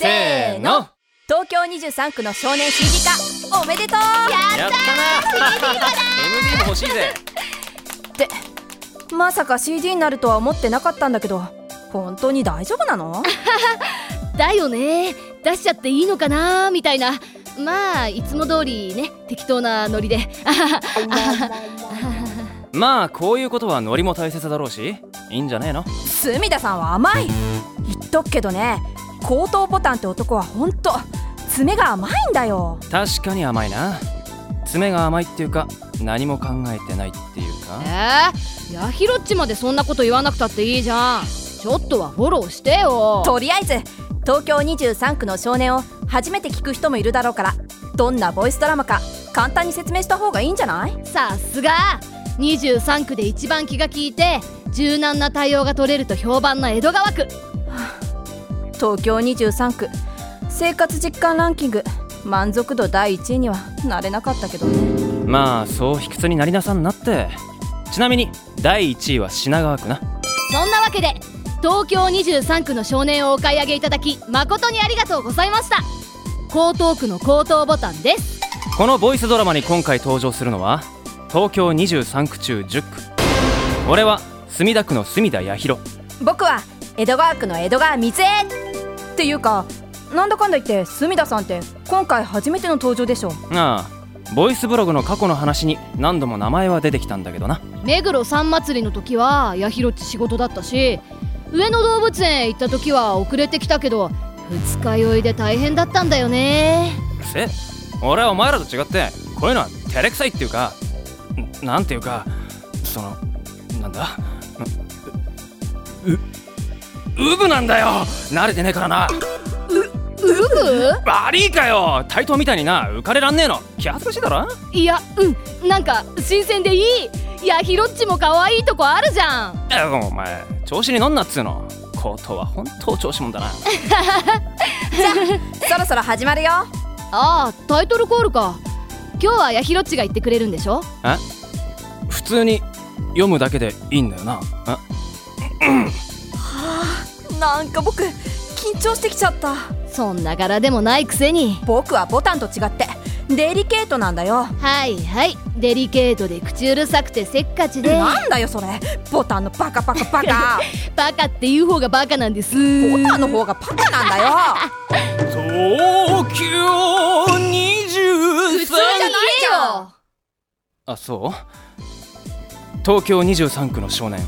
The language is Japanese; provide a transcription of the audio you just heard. せの東京23区の少年 CD 化おめでとうややったな MD も欲しいぜってまさか CD になるとは思ってなかったんだけど本当に大丈夫なのだよね出しちゃっていいのかなみたいなまあいつも通りね適当なノリであははまあこういうことはノリも大切だろうしいいんじゃねえの 隅田さんは甘い言っとくけどね高等ボタンって男は本当爪が甘いんだよ確かに甘いな爪が甘いっていうか何も考えてないっていうかえー、やひろっちまでそんなこと言わなくたっていいじゃんちょっとはフォローしてよとりあえず東京23区の少年を初めて聞く人もいるだろうからどんなボイスドラマか簡単に説明した方がいいんじゃないさすが23区で一番気が利いて柔軟な対応が取れると評判の江戸川区東京23区生活実感ランキング満足度第1位にはなれなかったけどねまあそう卑屈になりなさんなってちなみに第1位は品川区なそんなわけで東京23区の少年をお買い上げいただき誠にありがとうございました江東区の江東ボタンですこのボイスドラマに今回登場するのは東京23区中10区俺は墨田区の墨田八尋僕は江戸川区の江戸川光恵っていうかなんだかんだ言って隅田さんって今回初めての登場でしょああボイスブログの過去の話に何度も名前は出てきたんだけどな目黒三祭りの時は八尋っち仕事だったし上野動物園へ行った時は遅れてきたけど二日酔いで大変だったんだよねうるせえ俺はお前らと違ってこういうのは照れくさいっていうかんなんていうかそのなんだううウブなんだよ慣れてねえからなうぐバリーかよ対等みたいにな浮かれらんねえの気恥ずかしいだろいやうんなんか新鮮でいい八尋っちも可愛いとこあるじゃんえお前調子に乗んなっつうのことは本当調子もんだなそろそろ始まるよああタイトルコールか今日は八尋っちが言ってくれるんでしょ普通に読むだけでいいんだよなあなんか僕緊張してきちゃったそんな柄でもないくせに僕はボタンと違ってデリケートなんだよはいはいデリケートで口うるさくてせっかちでなんだよそれボタンのバカバカバ カバカっていう方がバカなんですボタンの方がバカなんだよ東京23あそう東京23区の少年